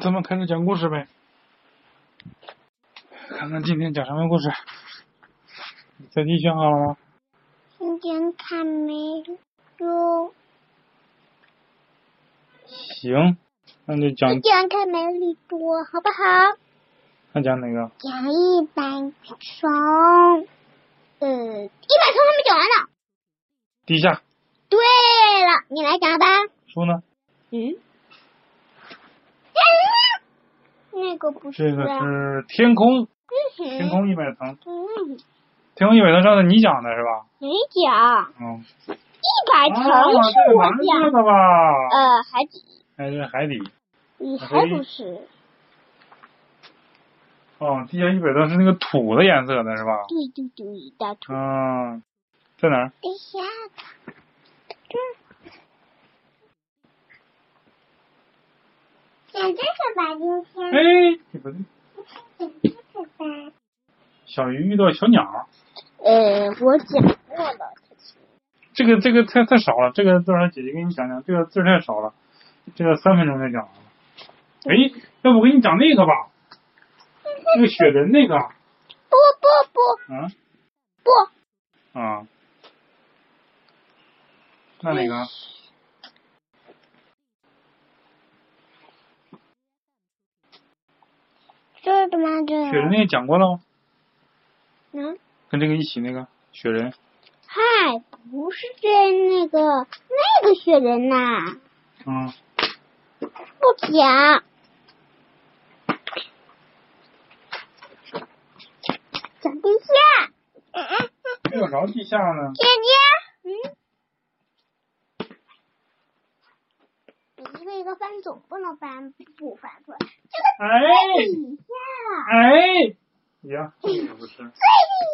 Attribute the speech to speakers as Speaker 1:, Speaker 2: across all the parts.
Speaker 1: 咱们开始讲故事呗，看看今天讲什么故事。你手机选好了吗？
Speaker 2: 今天看没有，
Speaker 1: 行，那就讲
Speaker 2: 今，天看没力多，好不好？
Speaker 1: 那讲哪个？
Speaker 2: 讲一百虫，呃，一百虫还没讲完呢。
Speaker 1: 地下
Speaker 2: 对了，你来讲吧。
Speaker 1: 书呢？
Speaker 3: 嗯，
Speaker 2: 哎那个不是啊
Speaker 1: 这个是天空，
Speaker 2: 嗯
Speaker 1: 天空一百层，
Speaker 2: 嗯，
Speaker 1: 天空一百层上次你讲的是吧？
Speaker 2: 没讲
Speaker 1: 嗯。
Speaker 2: 一百虫
Speaker 1: 啊
Speaker 2: 是
Speaker 1: 这个
Speaker 2: 我
Speaker 1: 蓝色
Speaker 2: 讲，
Speaker 1: 的吧？
Speaker 2: 呃，还
Speaker 1: 哎，这是海底。
Speaker 2: 你
Speaker 1: 还
Speaker 2: 还不是
Speaker 1: 啊哦，地下一百层是那个土的颜色的是吧？
Speaker 2: 对对对，大图。
Speaker 1: 嗯，在哪儿？
Speaker 2: 等一下，嗯这讲这个吧，今天。
Speaker 1: 哎，这不对，小鱼遇到小鸟，
Speaker 2: 呃，我讲过了，
Speaker 1: 这个这个太太少了，这个字儿让姐姐给你讲讲，这个字儿太少了，这个三分钟才讲完了。哎，要不我给你讲那个吧，那个雪人那个，
Speaker 2: 不不不
Speaker 1: 嗯
Speaker 2: 不，
Speaker 1: 啊，那哪个？
Speaker 2: 这的吗？这
Speaker 1: 雪人那个讲过了吗？
Speaker 2: 嗯，
Speaker 1: 跟这个一起那个雪人，
Speaker 2: 嗨，不是这那个那个雪人呐、
Speaker 1: 嗯，
Speaker 2: 不讲。小地下，嗯嗯嗯，
Speaker 1: 没有着地下呢。
Speaker 2: 姐姐，嗯，一个一个翻，总不能翻不翻出来。
Speaker 1: 哎
Speaker 2: 最底下，
Speaker 1: 哎，呀，这个不是，
Speaker 2: 最底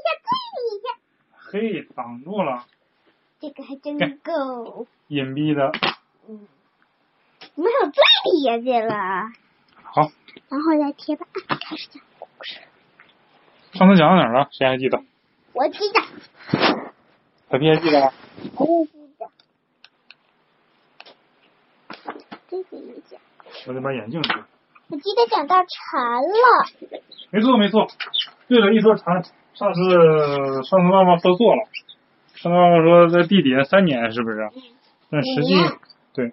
Speaker 2: 下，最底下。
Speaker 1: 嘿，挡住了，
Speaker 2: 这个还真够，
Speaker 1: 隐蔽的，
Speaker 2: 没有最底下去了。
Speaker 1: 好。
Speaker 2: 然后再贴吧，啊开始讲故事。
Speaker 1: 上次讲到哪儿了？谁还记得？
Speaker 2: 我记得，
Speaker 1: 小弟还记得吗？
Speaker 2: 我记得。这个也讲，
Speaker 1: 我得把眼镜摘。
Speaker 2: 我记得讲到蝉了，
Speaker 1: 没错没错，对了，一说蝉，上次上次爸爸说错了，上次爸爸说在地底下三年是不是？但实际
Speaker 2: 嗯五年
Speaker 1: 对，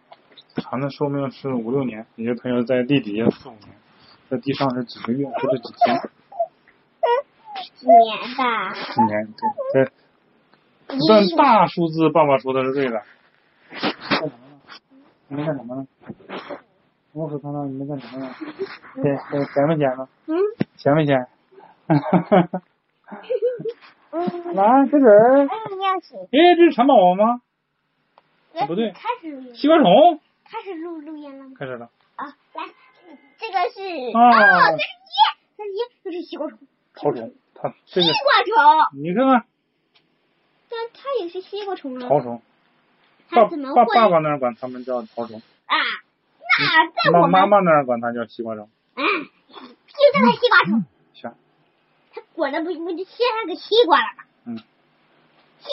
Speaker 1: 蝉的寿命是五六年，也就朋友在地底下四五年，在地上是几个月或者几天
Speaker 2: 几年吧？
Speaker 1: 几年，对对。
Speaker 2: 一
Speaker 1: 算大数字，爸爸说的是对的。干什么呢？你们干什么呢？我可看到你们干什么呢？捡捡捡没捡呢？
Speaker 2: 嗯
Speaker 1: 捡没 捡？
Speaker 2: 嗯，
Speaker 1: 来，这人，
Speaker 2: 嗯，要写。
Speaker 1: 哎，这是蚕宝宝吗？
Speaker 2: 来
Speaker 1: 不对
Speaker 2: 开始录，
Speaker 1: 西瓜虫
Speaker 2: 开始录录音了吗？
Speaker 1: 开始了。
Speaker 2: 啊，来，这个是
Speaker 1: 啊
Speaker 2: 哦，三十一，三十一，这是西瓜虫，
Speaker 1: 草虫，它这个
Speaker 2: 西瓜虫，
Speaker 1: 你看看，
Speaker 2: 但它也是西瓜虫啊。
Speaker 1: 草虫。爸
Speaker 2: 他怎么
Speaker 1: 爸
Speaker 2: 会
Speaker 1: 爸爸那儿管他们叫草虫，
Speaker 2: 啊？那在
Speaker 1: 妈
Speaker 2: 我们
Speaker 1: 妈妈那儿管它叫西瓜虫。
Speaker 2: 哎，就在它西瓜虫，
Speaker 1: 行，
Speaker 2: 它果然不不就切上个西瓜了吗？
Speaker 1: 嗯，
Speaker 2: 西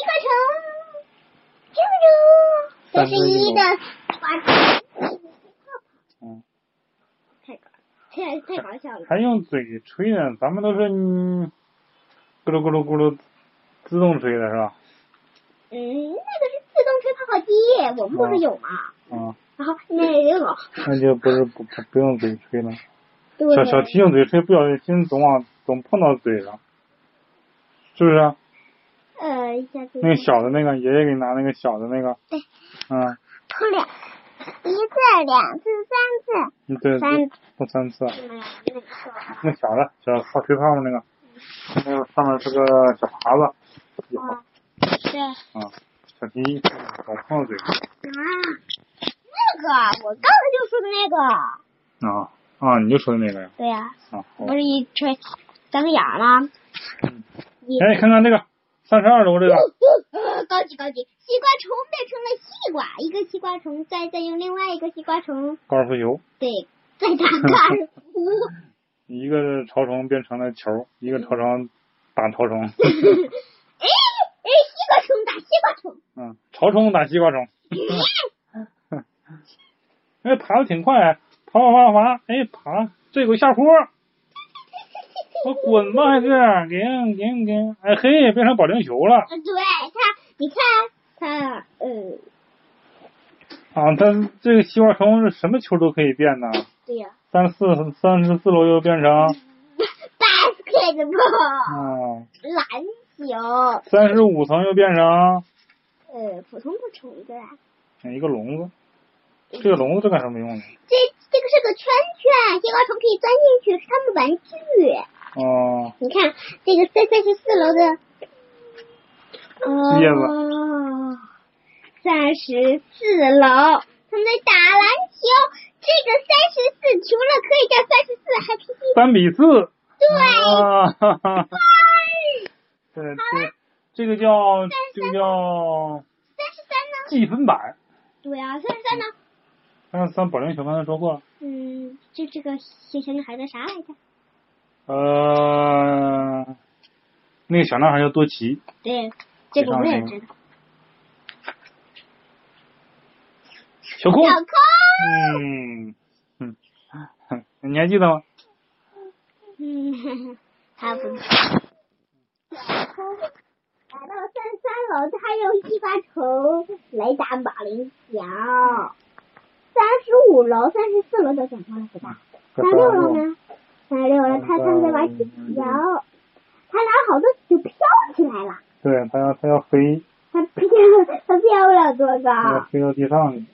Speaker 2: 瓜虫，啾啾，
Speaker 1: 三
Speaker 2: 三
Speaker 1: 十
Speaker 2: 十
Speaker 1: 一
Speaker 2: 一的花，
Speaker 1: 嗯，
Speaker 2: 太搞，太太搞笑了。
Speaker 1: 还用嘴吹呢，咱们都是嗯咕噜咕噜咕噜自动吹的是吧？
Speaker 2: 嗯，那个是自动吹泡泡机，我们不
Speaker 1: 哦
Speaker 2: 是有吗？
Speaker 1: 啊、
Speaker 2: 然后那个
Speaker 1: 那就不是不不不用嘴吹了。
Speaker 2: 对
Speaker 1: 小小提用嘴吹，不小心总往总碰到嘴上，是不是、啊？
Speaker 2: 呃，一下子
Speaker 1: 那个小的那个，爷爷给你拿那个小的那个，
Speaker 2: 对
Speaker 1: 嗯，
Speaker 2: 碰两一次、两次、三次，
Speaker 1: 你对，
Speaker 2: 三
Speaker 1: 不三次，啊
Speaker 2: 嗯，那个。
Speaker 1: 那小的小泡吹泡泡那个，那个上面是个小耙子，有
Speaker 2: 啊，对啊，
Speaker 1: 啊，小提总碰到嘴
Speaker 2: 那个我刚才就说的那个，
Speaker 1: 啊啊，你就说的那个呀
Speaker 2: 对呀、
Speaker 1: 啊，好
Speaker 2: 不是一吹当哑吗？你
Speaker 1: 哎，看看这个三十二楼这个，
Speaker 2: 呃 高级高级，西瓜虫变成了西瓜，一个西瓜虫再再用另外一个西瓜虫，
Speaker 1: 高尔夫球，
Speaker 2: 对，再打高尔夫，
Speaker 1: 一个潮虫变成了球，一个潮虫打潮虫，
Speaker 2: 哎哎，西瓜虫打西瓜虫，哎
Speaker 1: 嗯，潮虫打西瓜虫。
Speaker 2: 嗯
Speaker 1: 哎，爬的挺快，滑滑滑滑，哎爬，这有个下坡，我滚吧还是给给给，哎嘿，变成保龄球了
Speaker 2: 呃， 对它，你看它，呃，
Speaker 1: 啊！它这个西瓜虫是什么球都可以变呢，
Speaker 2: 对呀、
Speaker 1: 三四三十四楼又变成
Speaker 2: basketball
Speaker 1: 啊，
Speaker 2: 篮球，
Speaker 1: 三十五层又变成哎
Speaker 2: 呃，普通不虫子啊。
Speaker 1: 哪一个笼子？这个笼子是干什么用的？
Speaker 2: 这这个是个圈圈，西瓜虫可以钻进去，是他们玩具。
Speaker 1: 哦、
Speaker 2: 你看这个在三十四楼的，
Speaker 1: 叶
Speaker 2: 哦，三十四楼，他们在打篮球。这个三十四除了可以叫三十四，还可以
Speaker 1: 三比四。
Speaker 2: 对，
Speaker 1: 啊，哈哈。对对，这个叫这个叫
Speaker 2: 三十三呢？
Speaker 1: 计分板。
Speaker 2: 对啊，三十三呢？
Speaker 1: 三十三保龄球刚才说过了，
Speaker 2: 嗯，这这个小小女孩叫啥来着？
Speaker 1: 呃，那个小男孩叫多奇，
Speaker 2: 对，这个我也知道。
Speaker 1: 小空。
Speaker 2: 小空，
Speaker 1: 嗯嗯，哼你还记得吗？
Speaker 2: 嗯，他不。小空来到三十三楼，他用西瓜球来打保龄球。三十五楼、三十四楼都讲过了，对吧？三十六楼呢？三十六楼，他他们在玩皮球，他拿好多球飘起来了，
Speaker 1: 对，他要他要飞，
Speaker 2: 他飘他飘不了多
Speaker 1: 他要
Speaker 2: 高。
Speaker 1: 飞到地上去。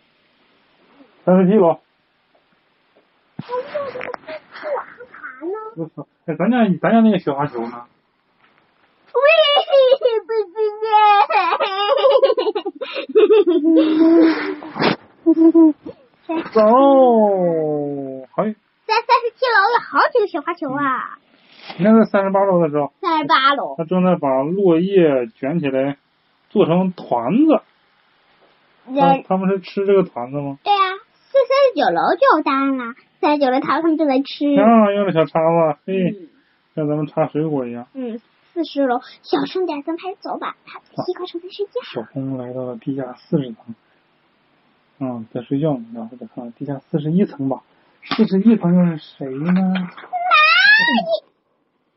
Speaker 1: 三十七楼，
Speaker 2: 他用这个西瓜爬呢？
Speaker 1: 我操！哎，咱家咱家那个雪花球呢？
Speaker 2: 喂，不是耶！
Speaker 1: 走，
Speaker 2: 哦
Speaker 1: 哎，
Speaker 2: 在三十七楼有好几个雪花球啊！
Speaker 1: 那在三十八楼的时候，
Speaker 2: 三十八楼，
Speaker 1: 他正在把落叶卷起来，做成团子。他
Speaker 2: 对
Speaker 1: 他们是吃这个团子吗？
Speaker 2: 对呀、在三十九楼就有答案了。三十九楼他他们正在吃，
Speaker 1: 啊，用了小叉子，嘿，
Speaker 2: 嗯
Speaker 1: 像咱们插水果一样。
Speaker 2: 嗯，四十楼小声点，咱们还是走吧。他西瓜虫在睡觉。
Speaker 1: 小峰来到了地下四十层，嗯，在睡觉呢，然后再看看地下四十一层吧。四十一层又是谁呢？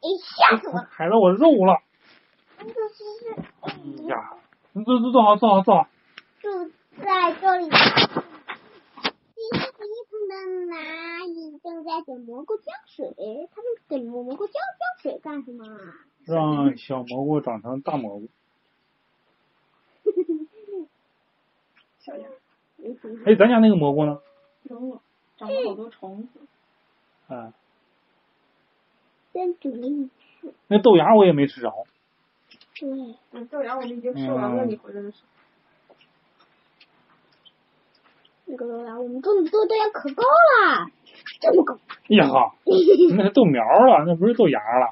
Speaker 2: 哎，吓死我了！
Speaker 1: 踩到我肉了！
Speaker 2: 就是
Speaker 1: 哎呀，你坐坐坐好坐好坐好。
Speaker 2: 住在这里。第一层的蚂蚁正在给蘑菇浇水，他们给蘑菇浇浇水干什么啊？
Speaker 1: 让小蘑菇长成大蘑菇。
Speaker 3: 小羊，
Speaker 2: 嗯哼
Speaker 1: 哎，咱家那个蘑菇呢？
Speaker 3: 有我长了好多虫子，
Speaker 1: 啊，
Speaker 2: 真主意
Speaker 1: 那豆芽我也没吃着。哎
Speaker 2: 对，
Speaker 3: 嗯，豆芽我们已经吃完了，
Speaker 1: 嗯
Speaker 3: 你回来的时候。
Speaker 2: 那个豆芽，我们种的豆芽可高了，这么高，
Speaker 1: 哎 呀哈，那是豆苗了，那不是豆芽了，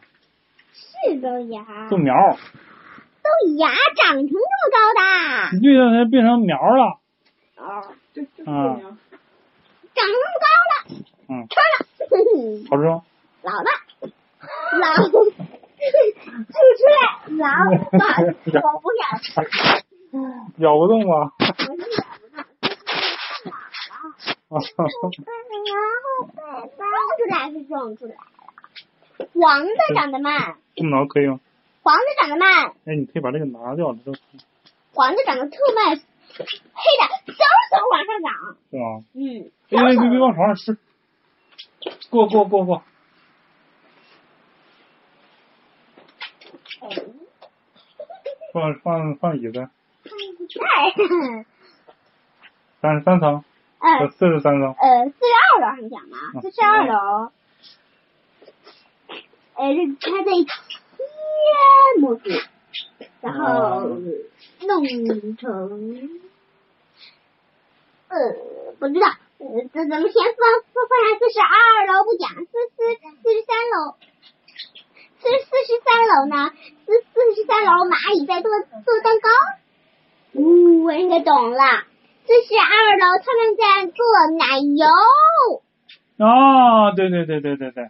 Speaker 2: 是豆芽，
Speaker 1: 豆苗，
Speaker 2: 豆芽长成这么高的，
Speaker 1: 对呀，它变成苗了。
Speaker 2: 哦，
Speaker 3: 就就是豆
Speaker 1: 啊
Speaker 3: 芽，
Speaker 2: 长那么高了，
Speaker 1: 嗯
Speaker 2: 吃了， 哼哼
Speaker 1: 好吃吗？
Speaker 2: 老了，老， 吐出来，老了， 我不想吃，
Speaker 1: 哎
Speaker 2: 哦
Speaker 1: 咬不动吗？
Speaker 2: 我是想不到，
Speaker 1: 啊哈哈
Speaker 2: 然后被撞出来是撞出来了，黄的长得慢，
Speaker 1: 这么挠可以吗？
Speaker 2: 黄的长得慢，
Speaker 1: 哎，你可以把这个拿掉，这是
Speaker 2: 黄的长得特嗯慢，黑的嗖嗖往上涨，
Speaker 1: 吗？
Speaker 2: 嗯，
Speaker 1: 哎，
Speaker 2: 嗖
Speaker 1: 别别
Speaker 2: 嗖
Speaker 1: 往床上吃，过过过过，放放放椅子，
Speaker 2: 哎，
Speaker 1: 三十三层，
Speaker 2: 呃
Speaker 1: 四十三层，
Speaker 2: 呃，四十二楼你讲吗？四十二楼，呃，他在切蘑菇，然
Speaker 1: 啊
Speaker 2: 后
Speaker 1: 嗯
Speaker 2: 弄成，呃，不知道，呃，咱咱们先放放放下四十二楼不讲，四四四十三楼。四四十三楼呢？四四十三楼蚂蚁在做做蛋糕。呜、我应该懂了。四十二楼他们在做奶油，
Speaker 1: 啊，对对对对对对，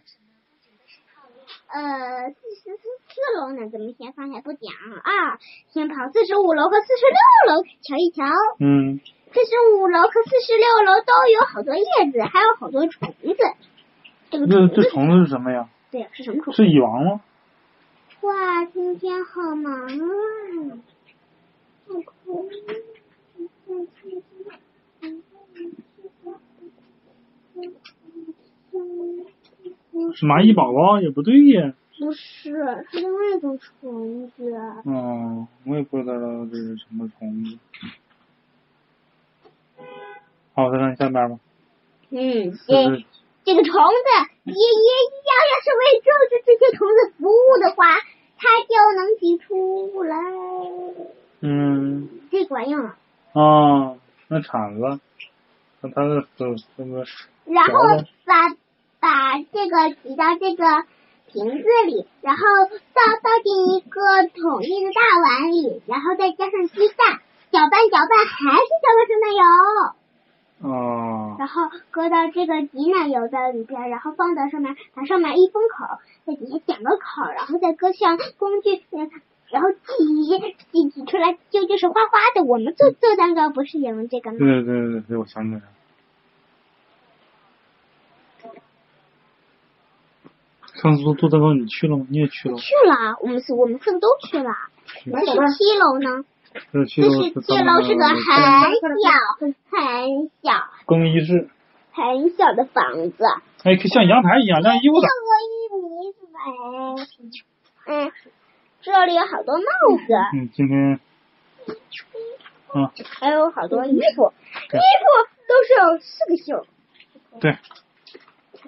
Speaker 2: 呃，四十四楼呢，咱们先放下不讲啊，先跑四十五楼和四十六楼瞧一瞧。
Speaker 1: 嗯，
Speaker 2: 四十五楼和四十六楼都有好多叶子，还有好多虫子。这个
Speaker 1: 那
Speaker 3: 嗯
Speaker 2: 虫
Speaker 1: 这
Speaker 2: 子，
Speaker 1: 虫子是什么呀？
Speaker 2: 对呀，是什么虫？
Speaker 1: 是蚁王吗？
Speaker 2: 哇，今天好忙啊！好苦
Speaker 1: 是蚂蚁宝宝也不对呀。
Speaker 2: 不是，是另外一种虫子。
Speaker 1: 嗯，我也不知道这是什么虫子。好，再看下边吧。
Speaker 2: 嗯，
Speaker 1: 四
Speaker 2: 这
Speaker 1: 十
Speaker 2: 这个虫子也也一样，要是为救治这些虫子服务的话，它就能挤出来，
Speaker 1: 嗯
Speaker 2: 最管用了。
Speaker 1: 啊，那产了，那它的怎怎么
Speaker 2: 然后
Speaker 1: 然后
Speaker 2: 把把这个挤到这个瓶子里，然后倒倒进一个统一的大碗里，然后再加上鸡蛋，搅拌搅拌，还是搅拌成奶油。
Speaker 1: 啊？
Speaker 2: 然后搁到这个挤奶油的里边，然后放到上面，把上面一封口，在底下剪个口，然后再搁上工具，嗯然后挤挤挤出来，就就是花花的。我们做做蛋糕不是也用这个吗？
Speaker 1: 对对对对对，我想起来了。上次做做蛋糕你去了吗？你也去了吗？
Speaker 2: 去了，我们四我们四个都去了。那是七楼呢？
Speaker 1: 是去
Speaker 2: 就
Speaker 1: 了
Speaker 2: 是七楼是个很小、很小、
Speaker 1: 更衣室，
Speaker 2: 很小的房子，
Speaker 1: 哎，像阳台一样晾衣
Speaker 2: 这
Speaker 1: 服的。
Speaker 2: 个一米四嗯，这里有好多帽子，
Speaker 1: 嗯，今天啊，
Speaker 2: 还有好多衣服，
Speaker 1: 嗯
Speaker 2: 衣服都是有四个袖
Speaker 1: 嗯对，
Speaker 2: 儿，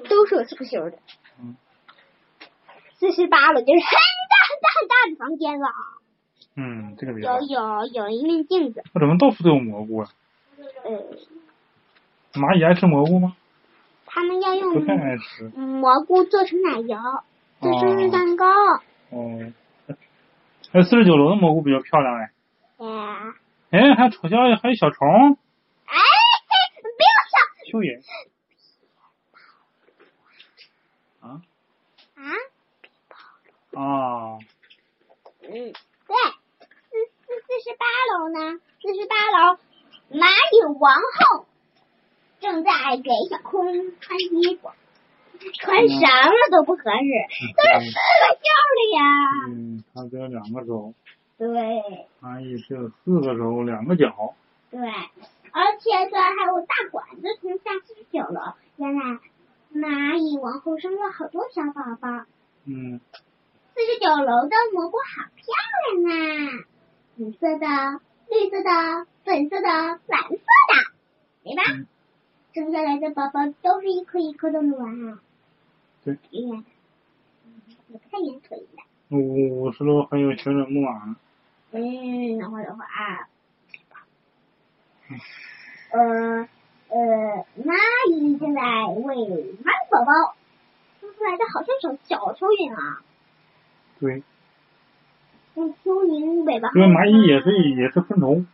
Speaker 2: 都是有四个袖儿的
Speaker 1: 嗯。
Speaker 2: 四十八楼就是很大很大很大的房间了，
Speaker 1: 嗯，这个比较
Speaker 2: 有。有有一面镜子，
Speaker 1: 我怎么到处都有蘑菇啊？
Speaker 2: 呃，
Speaker 1: 蚂蚁爱吃蘑菇吗？
Speaker 2: 他们要
Speaker 1: 不
Speaker 2: 用
Speaker 1: 太爱吃。
Speaker 2: 蘑菇做成奶油，做生日蛋糕。
Speaker 1: 哦。哎，四十九楼的蘑菇比较漂亮哎。
Speaker 2: 呀，
Speaker 1: 哎，还有丑小还有小虫、
Speaker 2: 哎，嘿不要
Speaker 1: 蚯蚓。啊
Speaker 2: 笑啊！
Speaker 1: 啊，
Speaker 2: 嗯，对，四四四十八楼呢？四十八楼，蚂蚁王后正在给小空穿衣服，穿什么都不合适，都是四个袖儿的呀。
Speaker 1: 嗯，它只有两个轴，
Speaker 2: 对
Speaker 1: 蚂蚁只有四个轴，两个角。
Speaker 2: 对，而且这还有大管子通向四十九楼。原来蚂蚁王后生了好多小宝宝。
Speaker 1: 嗯，
Speaker 2: 四十九楼的蘑菇好漂亮啊！紫色的、绿色的、粉色的、蓝色的，对吧？
Speaker 1: 嗯
Speaker 2: 生下来的宝宝都是一颗一颗的卵。
Speaker 1: 对。
Speaker 2: 嗯，也不太严可以的。
Speaker 1: 五五十楼还有旋转木马。
Speaker 2: 嗯，等会儿等会儿啊。呃呃，蚂蚁正在为蚂蚁宝宝生出来的好像小小蚯蚓啊，嗯
Speaker 1: 对，
Speaker 2: 那蚯蚓尾巴。
Speaker 1: 因为蚂蚁也是。也是昆虫，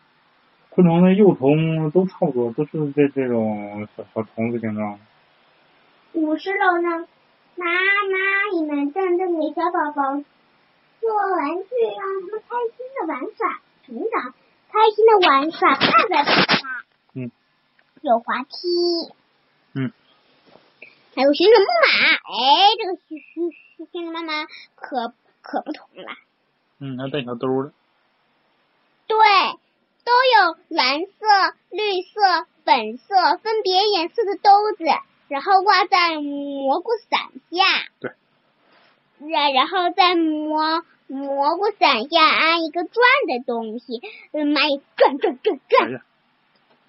Speaker 1: 昆虫的幼虫都差不多，都是这这种小小虫子形状。
Speaker 2: 五十楼呢，妈妈，你们正正给小宝宝做玩具，让他们开心的玩耍成长，开心的玩耍，大的长大。
Speaker 1: 嗯。
Speaker 2: 有滑梯。
Speaker 1: 嗯。
Speaker 2: 还有旋转木马，哎，这个旋旋旋旋转妈妈可可不同了。
Speaker 1: 嗯，还带小兜的。
Speaker 2: 对，都有蓝色、绿色、粉色分别颜色的兜子，然后挂在蘑菇伞下。
Speaker 1: 对。
Speaker 2: 然然后在蘑蘑菇伞下安一个转的东西，嗯，蚂蚁转转转转
Speaker 1: 哎呀，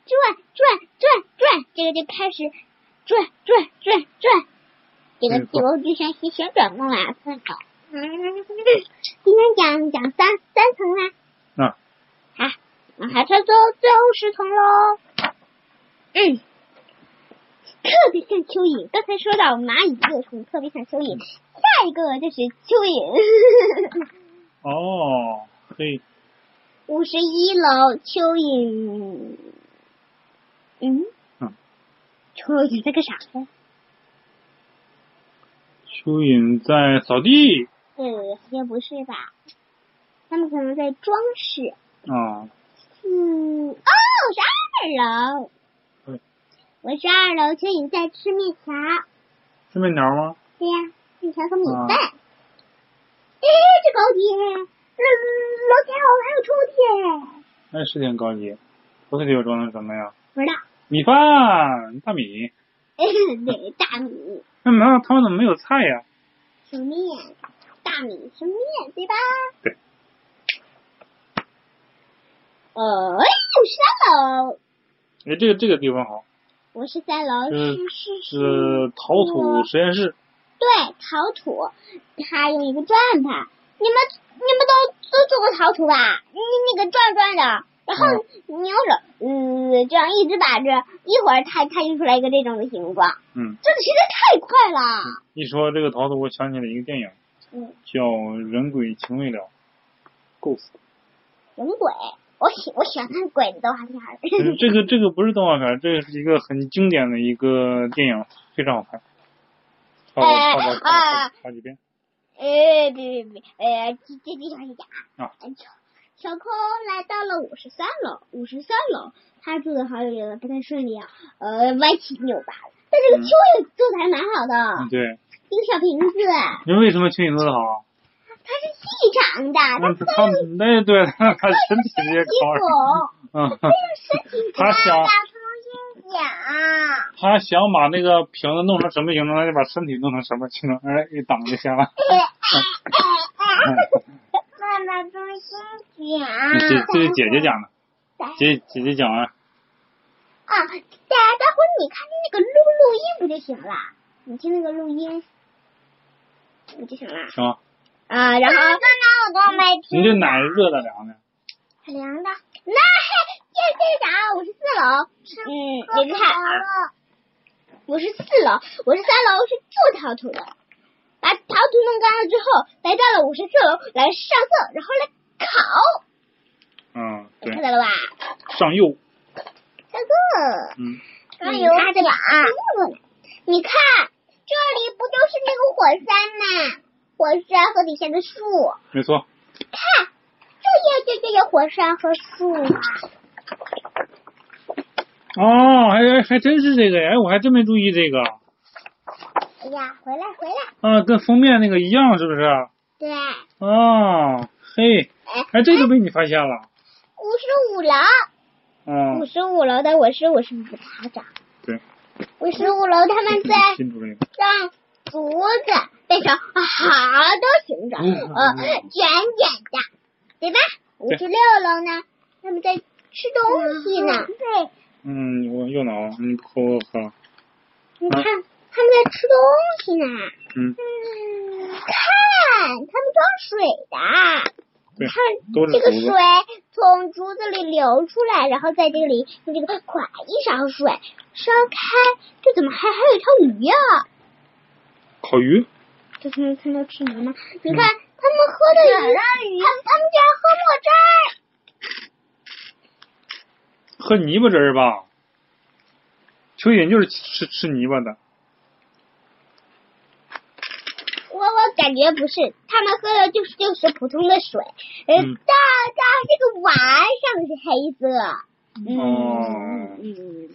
Speaker 2: 转转转转，这个就开始转转转转，这个
Speaker 1: 没
Speaker 2: 这
Speaker 1: 错
Speaker 2: 个就像是旋转木马似的。嗯，啊今天讲讲三三层啦。
Speaker 1: 啊，
Speaker 2: 啊，那还差最后最后十层喽。嗯，特别像蚯蚓。刚才说到蚂蚁幼虫特别像蚯蚓，下一个就是蚯蚓。
Speaker 1: 哦，嘿，
Speaker 2: 五十一楼蚯蚓，嗯，
Speaker 1: 嗯
Speaker 2: 蚯蚓在干啥呀？
Speaker 1: 蚯蚓在扫地
Speaker 2: 对，好像呃不是吧？他们可能在装饰。
Speaker 1: 啊，
Speaker 2: 嗯，哦，是二楼。
Speaker 1: 对。
Speaker 2: 我是二楼，所以你在吃面条。
Speaker 1: 是面条吗？
Speaker 2: 对呀、面条和米
Speaker 1: 啊
Speaker 2: 饭。哎、这高级！楼楼梯上还有抽屉，
Speaker 1: 那是挺高级。抽屉里有装的什么呀？
Speaker 2: 不知道。哎
Speaker 1: 米饭、大米。
Speaker 2: 对，大米、
Speaker 1: 那没有，他们怎么没有菜呀？
Speaker 2: 是面，大米是面，对吧？
Speaker 1: 对。
Speaker 2: 哦，哎，我是三楼，
Speaker 1: 哎，这个这个地方好，
Speaker 2: 我是三楼，
Speaker 1: 是
Speaker 2: 是是
Speaker 1: 嗯是陶土实验室。
Speaker 2: 对，陶土，它用一个转盘。你们你们都都做过陶土吧？那那个转转的，然后你用手，嗯，这样一直把这，一会儿它它就出来一个这种的形状，
Speaker 1: 嗯，
Speaker 2: 这个实在太快了。
Speaker 1: 一说这个陶土，我想起了一个电影，
Speaker 2: 嗯，
Speaker 1: 叫《人鬼情未了》，Ghost。
Speaker 2: 人鬼，我喜我喜欢看鬼的动画片儿。
Speaker 1: 嗯这个这个不是动画片，这是一个很经典的一个电影，非常好看。超过超过超过好几遍。
Speaker 2: 呃，别别别，呃，这这地方是假。
Speaker 1: 啊
Speaker 2: 哎小小空来到了五十三楼，五十三楼，他住的好像有点不太顺利啊，呃，歪七扭八的。但这个
Speaker 1: 嗯
Speaker 2: 蚯蚓做的还蛮好的，
Speaker 1: 嗯，对。
Speaker 2: 一个小瓶子，它
Speaker 1: 你为什么蚯蚓做的好？
Speaker 2: 是细长的，它
Speaker 1: 那
Speaker 2: 不
Speaker 1: 他那对 他他身体直接
Speaker 2: 起
Speaker 1: 烤上。
Speaker 2: 火，
Speaker 1: 嗯，
Speaker 2: 身体
Speaker 1: 它想
Speaker 2: 从心痒。
Speaker 1: 他想把那个瓶子弄成什么形状，他就把身体弄成什么形状，哎，给挡就行了。
Speaker 2: 妈妈中心痒
Speaker 1: 这是这是姐姐讲的，姐姐姐讲啊，
Speaker 2: 啊，待待会儿你看那个录录音不就行了？你听那个录音不就行了？
Speaker 1: 行吗？
Speaker 2: 啊，然后嗯刚刚我都没
Speaker 1: 你这奶热的凉的？
Speaker 2: 很凉的。那嘿，这队长，我是四楼，嗯，你看，我是四楼，我是三楼，是做陶土的，把陶土弄干了之后，来到了五十四楼来上色，然后来烤，
Speaker 1: 嗯，
Speaker 2: 你
Speaker 1: 对
Speaker 2: 看，到了吧？
Speaker 1: 上釉，
Speaker 2: 上色。
Speaker 1: 嗯，
Speaker 2: 刚有点你看，这里不就是那个火山吗？火山和底下的树，
Speaker 1: 没错，
Speaker 2: 看，这也就就有火山和树啊。
Speaker 1: 哦，还还还真是这个，哎，我还真没注意这个，
Speaker 2: 哎呀，回来回来，
Speaker 1: 啊，跟封面那个一样，是不是？
Speaker 2: 对，哎
Speaker 1: 啊，嘿，哎，这个被你发现了，
Speaker 2: 五十五楼，五
Speaker 1: 嗯，
Speaker 2: 十五楼的我是我是不查长。
Speaker 1: 对，
Speaker 2: 五十五楼他们在
Speaker 1: 新主任，
Speaker 2: 让竹子变成好多形状，
Speaker 1: 嗯
Speaker 2: 呃，卷卷的，对吧？五十六楼呢，他们在吃东西呢。对。
Speaker 1: 嗯，我右脑，你口我喝，
Speaker 2: 你看，他们在吃东西呢。
Speaker 1: 嗯，
Speaker 2: 嗯，看，他们装水的。
Speaker 1: 对
Speaker 2: 你看
Speaker 1: 都是
Speaker 2: 这个
Speaker 1: 竹子
Speaker 2: 水从竹子里流出来，然后在这里用这个垮一勺水烧开，这怎么还还有一条鱼呀、啊
Speaker 1: 烤鱼，
Speaker 2: 这他们他们吃鱼吗？你
Speaker 1: 嗯
Speaker 2: 看、他们喝的鱼，他们他们居然喝墨汁儿。
Speaker 1: 喝泥巴汁儿吧，蚯蚓就是吃吃泥巴的，
Speaker 2: 我我感觉不是，他们喝的就是就是普通的水，呃，大大
Speaker 1: 嗯
Speaker 2: 这个碗上是黑色，嗯
Speaker 1: 哦
Speaker 2: 嗯，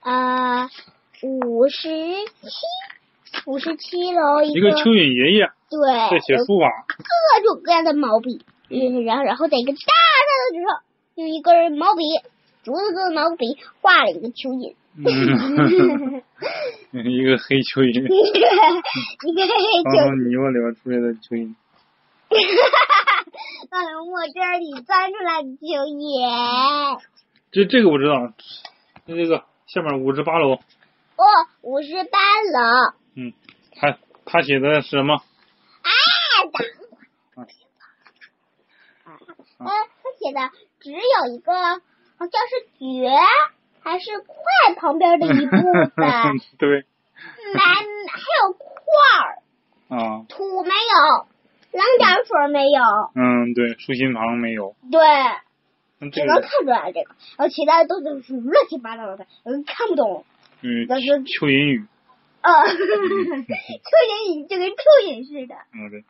Speaker 2: 呃，五十七，五十七楼一
Speaker 1: 一个蚯蚓爷爷
Speaker 2: 对，
Speaker 1: 在写
Speaker 2: 有
Speaker 1: 书法，
Speaker 2: 各种各样的毛笔，嗯，然后然后在一个大大的纸上用一根毛笔，竹子做的毛笔画了一个蚯蚓。
Speaker 1: 嗯， 一个黑蚯蚓。
Speaker 2: 你看
Speaker 1: 刚
Speaker 2: 这
Speaker 1: 从泥巴里边出来的蚯蚓，
Speaker 2: 就放了墨汁儿里钻出来的蚯蚓。
Speaker 1: 这这个我知道，那这个下面五十八楼，
Speaker 2: 哦，五十八楼，
Speaker 1: 嗯，他他写的是什么？
Speaker 2: 哎，打呃，他写的只有一个，好像是绝还是快旁边的一部 分，还
Speaker 1: 对
Speaker 2: 还有块儿，
Speaker 1: 啊，
Speaker 2: 土没有，冷点儿水没有，
Speaker 1: 嗯，对，竖心旁没有，
Speaker 2: 对，
Speaker 1: 那这
Speaker 2: 只能
Speaker 1: 个
Speaker 2: 看出来这个，然后其他的都是乱七八糟的，嗯，看不懂。
Speaker 1: 嗯，
Speaker 2: 但是
Speaker 1: 蚯蚓语，
Speaker 2: 哦， 蚯蚓就跟蚯蚓似的。
Speaker 1: 嗯，对，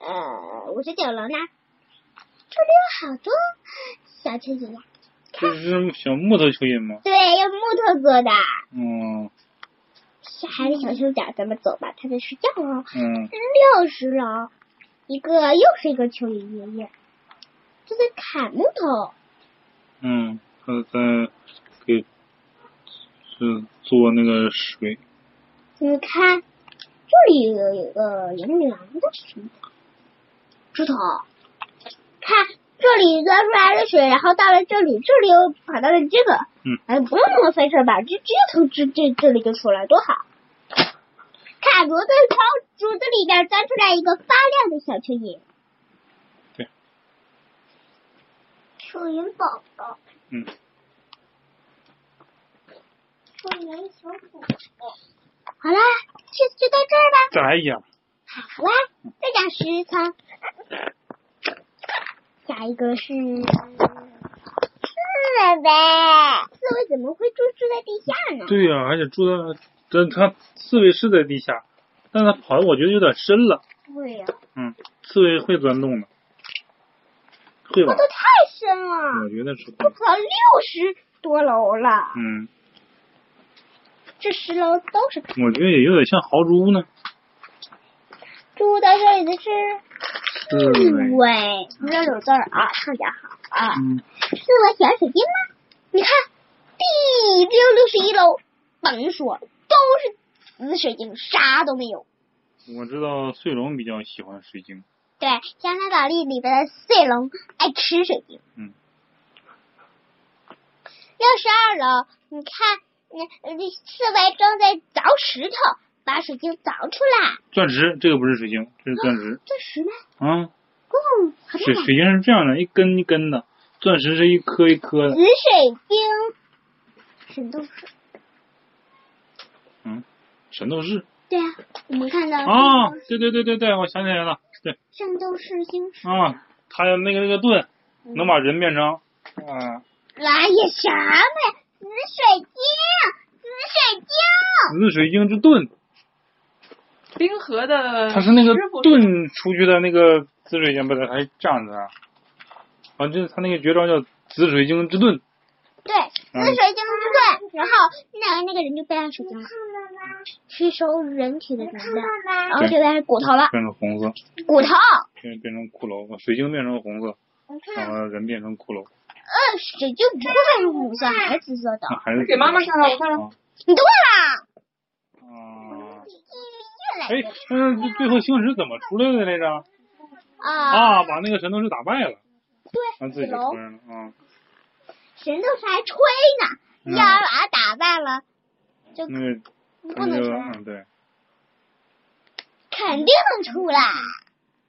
Speaker 2: 呃，五十九楼呢？这里有好多小蚯蚓呀。
Speaker 1: 这是小木头蚯蚓吗？
Speaker 2: 对，用木头做的。
Speaker 1: 嗯
Speaker 2: 小孩子小手脚，咱们走吧，他在睡觉哦。
Speaker 1: 嗯
Speaker 2: 六十楼，一个又是一个蚯蚓爷爷，就在砍木头。
Speaker 1: 嗯，他在给是做那个水，
Speaker 2: 你们看，这里有一个银铃的水枝头，看这里钻出来的水，然后到了这里，这里又跑到了这个，
Speaker 1: 嗯，
Speaker 2: 哎，不用那么费事儿吧，这直接从这这这里就出来，多好！看竹子从竹子里边钻出来一个发亮的小蚯蚓，
Speaker 1: 对，
Speaker 2: 蚯蚓宝宝，
Speaker 1: 嗯，
Speaker 2: 蚯蚓小宝宝。好啦，这次就到这儿吧。
Speaker 1: 再来一样，
Speaker 2: 好啦，再讲十层。下一个是刺猬，刺猬怎么会住住在地下呢？
Speaker 1: 对呀、而且住在这它刺猬是在地下，但它跑的我觉得有点深了，
Speaker 2: 对哎呀、
Speaker 1: 嗯，刺猬会钻洞的，会吧
Speaker 2: 那？都太深了，
Speaker 1: 我觉哦得是会
Speaker 2: 都，跑到六十多楼了，
Speaker 1: 嗯，
Speaker 2: 这十楼都是
Speaker 1: 我觉得也有点像豪猪呢，
Speaker 2: 住到这里的是
Speaker 1: 刺
Speaker 2: 刺
Speaker 1: 猬，
Speaker 2: 猬，不知道有字儿啊，大家好啊，
Speaker 1: 嗯，
Speaker 2: 刺猬喜欢水晶吗？你看第六六十一楼，甭说都是紫水晶，啥都没有。
Speaker 1: 我知道穗龙比较喜欢水晶，
Speaker 2: 对，《香山宝丽》里边的穗龙爱吃水晶。
Speaker 1: 嗯。
Speaker 2: 六十二楼，你看，那那刺猬正在凿石头，把水晶凿出来。哦
Speaker 1: 钻石这个不是水晶，这是钻石，
Speaker 2: 这石呢？
Speaker 1: 啊，
Speaker 2: 嗯，好漂
Speaker 1: 水
Speaker 2: 亮。
Speaker 1: 水晶是这样的，一根一根的，钻石是一颗一颗的，
Speaker 2: 紫水晶，神斗士。
Speaker 1: 嗯，神斗士，
Speaker 2: 对啊，我们看到
Speaker 1: 啊，对对对对对，我想起来了，对
Speaker 2: 圣斗士星矢
Speaker 1: 啊，他那个那个盾能把人变成，啊，
Speaker 2: 哎呀，什么呀？紫水晶，紫水晶。
Speaker 1: 紫水晶之盾，
Speaker 3: 冰河的
Speaker 1: 它嗯是那个
Speaker 3: 师傅
Speaker 1: 盾出去的那个紫水晶，不对，还这样子啊，啊，就是他那个绝招叫紫水晶之盾，
Speaker 2: 对，
Speaker 1: 嗯
Speaker 2: 紫水晶之盾，然后那那个人就变成水晶了。吸收人体的能量，然后
Speaker 1: 对
Speaker 2: 这边是骨头了，
Speaker 1: 变成红色，
Speaker 2: 骨头，
Speaker 1: 变变成骷髅，水晶变成红色，然后人变成骷髅，
Speaker 2: 呃，水晶不会变成红色，还是紫色的
Speaker 1: 那，还是
Speaker 3: 给妈妈看看，我看看。
Speaker 1: 啊
Speaker 2: 你对了，
Speaker 1: 啊，
Speaker 2: 越来
Speaker 1: 哎
Speaker 2: 越，
Speaker 1: 那最后星矢怎么出来的来着？
Speaker 2: 啊，
Speaker 1: 啊，把那个神斗士打败了，他自
Speaker 2: 对，
Speaker 1: 己
Speaker 2: 子
Speaker 1: 就
Speaker 2: 龙
Speaker 1: 出来了啊。
Speaker 2: 神斗士还吹
Speaker 1: 嗯
Speaker 2: 呢，要是把他打败了，就
Speaker 1: 那个
Speaker 2: 不
Speaker 1: 他那
Speaker 2: 能出
Speaker 1: 个
Speaker 2: 来，
Speaker 1: 嗯对
Speaker 2: 肯定能出来，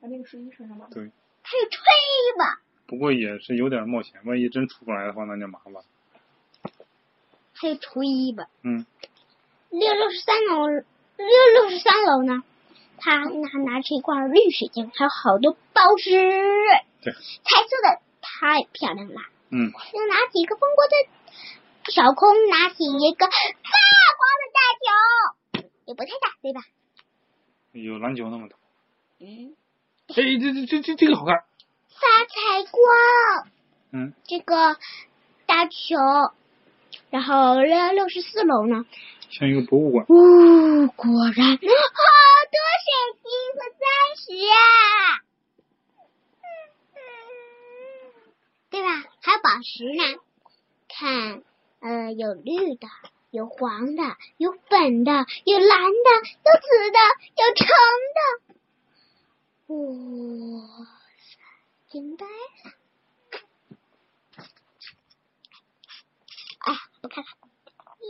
Speaker 3: 把那个十一身上吧。
Speaker 1: 对，
Speaker 2: 他就吹吧，
Speaker 1: 不过也是有点冒险，万一真出不来的话，那就麻烦了。
Speaker 2: 他就吹吧。
Speaker 1: 嗯，
Speaker 2: 六六十三楼，六六十三楼呢，他拿拿着一罐绿水晶，还有好多宝石，
Speaker 1: 对，
Speaker 2: 彩色的 太漂亮了。
Speaker 1: 嗯，
Speaker 2: 又拿起一个风国的小空，拿起一个发光的大球，也不太大，对吧？
Speaker 1: 有篮球那么大。
Speaker 3: 嗯，
Speaker 1: 哎，这这这这这个好看。
Speaker 2: 发财光，
Speaker 1: 嗯，
Speaker 2: 这个大球，然后六六十四楼呢，
Speaker 1: 像一个博物馆。
Speaker 2: 哦，果然好多水晶和钻石啊，对吧？还有宝石呢，看，呃，有绿的，有黄的，有粉的，有蓝的，有紫的，有橙的。哇、塞，啊明白了。哎，不看了。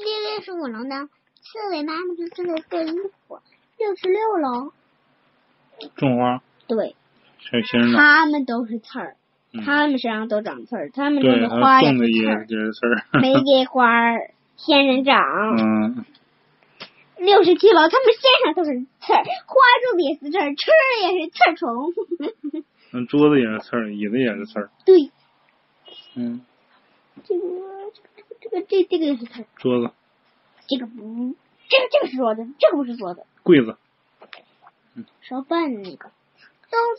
Speaker 2: 六六十五楼呢？刺猬妈妈就正在做衣服。六十六楼，
Speaker 1: 种花
Speaker 2: 对，
Speaker 1: 还有仙人掌。
Speaker 2: 他们都是刺儿，
Speaker 1: 嗯
Speaker 2: 他们身上都长刺儿，他们
Speaker 1: 对，
Speaker 2: 种的
Speaker 1: 还
Speaker 2: 花
Speaker 1: 有种的
Speaker 2: 是刺
Speaker 1: 也
Speaker 2: 儿，
Speaker 1: 也是刺儿。
Speaker 2: 玫瑰花儿、仙人掌。
Speaker 1: 嗯，
Speaker 2: 六十七楼，他们身上都是刺儿，花种的也是刺儿，吃的也是刺儿虫。
Speaker 1: 那桌子也是刺儿，椅子也是刺儿。
Speaker 2: 对，
Speaker 1: 嗯，
Speaker 2: 这个这个这个这个也是刺儿，
Speaker 1: 桌子、
Speaker 2: 这个不，这个这个是说的，这个不是说的，
Speaker 1: 柜子，
Speaker 2: 烧饭的那个。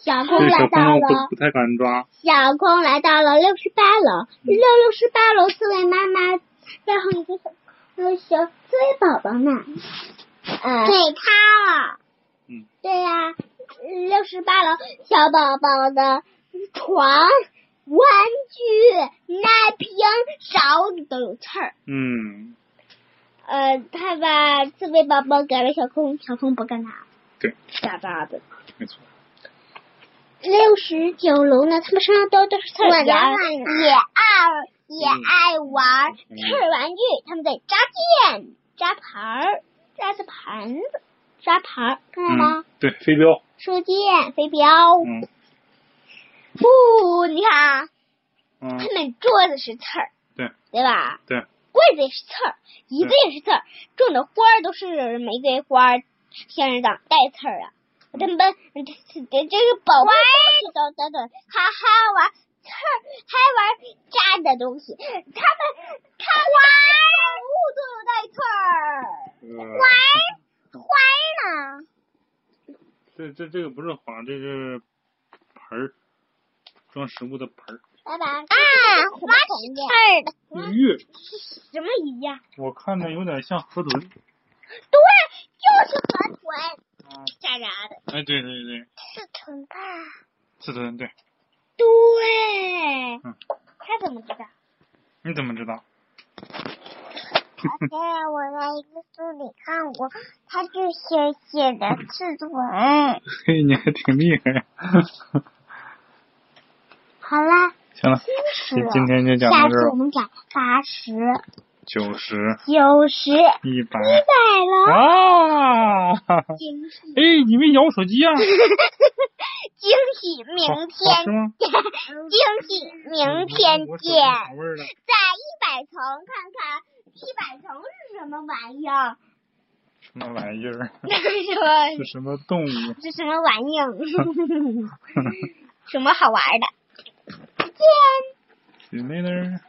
Speaker 2: 小空
Speaker 1: 这
Speaker 2: 来
Speaker 1: 小朋
Speaker 2: 到
Speaker 1: 友
Speaker 2: 了
Speaker 1: 不不太敢抓，
Speaker 2: 小空来到了六十八楼，六六十八楼刺猬妈妈然后一个小呃小刺猬宝宝呢，
Speaker 3: 嗯
Speaker 2: 呃，给他了。
Speaker 1: 嗯，
Speaker 2: 对呀、六十八楼小宝宝的床、玩具、奶瓶、勺子都有刺儿。
Speaker 1: 嗯，
Speaker 2: 呃，他把刺猬宝宝给了小空，小空不干拿，
Speaker 1: 对，
Speaker 2: 傻巴子。
Speaker 1: 没错，
Speaker 2: 六十九楼呢，他们身上都都是刺儿，也也爱也爱玩
Speaker 1: 嗯
Speaker 2: 刺儿玩具，他们在扎剑、扎盘儿、扎子盘子、扎盘儿，看到吗
Speaker 1: 嗯？，
Speaker 2: 哦
Speaker 1: 对，飞镖，
Speaker 2: 射箭、飞镖，
Speaker 1: 嗯
Speaker 2: 不，你看啊，
Speaker 1: 嗯
Speaker 2: 他，们桌子是刺儿，
Speaker 1: 对
Speaker 2: 对吧？
Speaker 1: 对，
Speaker 2: 柜子也是刺儿，椅子也是刺儿，种的花儿都是玫瑰花儿、仙人掌带刺儿啊。他们这这这个宝贝都是等等等，他还玩刺儿，还玩扎的东西。他们他玩物都有
Speaker 1: 呃
Speaker 2: 带刺儿，玩花呢？
Speaker 1: 呃这这这个不是花，这是盆儿，装食物的盆儿，
Speaker 2: 拜拜啊，花是刺儿的，
Speaker 1: 玉，
Speaker 2: 什么鱼呀？
Speaker 1: 我看着有点像河豚，
Speaker 2: 对，就是河豚，渣渣的，啊
Speaker 1: 哎，对对对，
Speaker 2: 是豚吧？
Speaker 1: 刺豚，对，
Speaker 2: 对，
Speaker 1: 嗯
Speaker 2: 他怎么知道？
Speaker 1: 你怎么知 道？
Speaker 2: 而且我在一个书里看过，他就写写的刺豚。
Speaker 1: 嘿，你还挺厉害呀，
Speaker 2: 好啦，
Speaker 1: 行了，
Speaker 2: 七
Speaker 1: 今今天就讲
Speaker 2: 下
Speaker 1: 到这
Speaker 2: 次
Speaker 1: 儿
Speaker 2: 我
Speaker 1: 吧，
Speaker 2: 们讲八十、
Speaker 1: 九十，
Speaker 2: 九十、一
Speaker 1: 一百，
Speaker 2: 百了。
Speaker 1: 啊，
Speaker 2: 惊喜，
Speaker 1: 哎，你没咬手机啊？
Speaker 2: 惊喜，明
Speaker 1: 好好吃
Speaker 2: 天
Speaker 1: 吗？
Speaker 2: 惊喜，明天
Speaker 1: 哎我手机
Speaker 2: 见。
Speaker 1: 啥味儿了？啊
Speaker 2: 在一百层看看一百层是什么玩意 儿？
Speaker 1: 什么玩意儿？啊
Speaker 2: 那是什么？
Speaker 1: 是什么动 物？
Speaker 2: 是什么玩意儿？ 什么好玩的？再见。
Speaker 1: 你那那儿。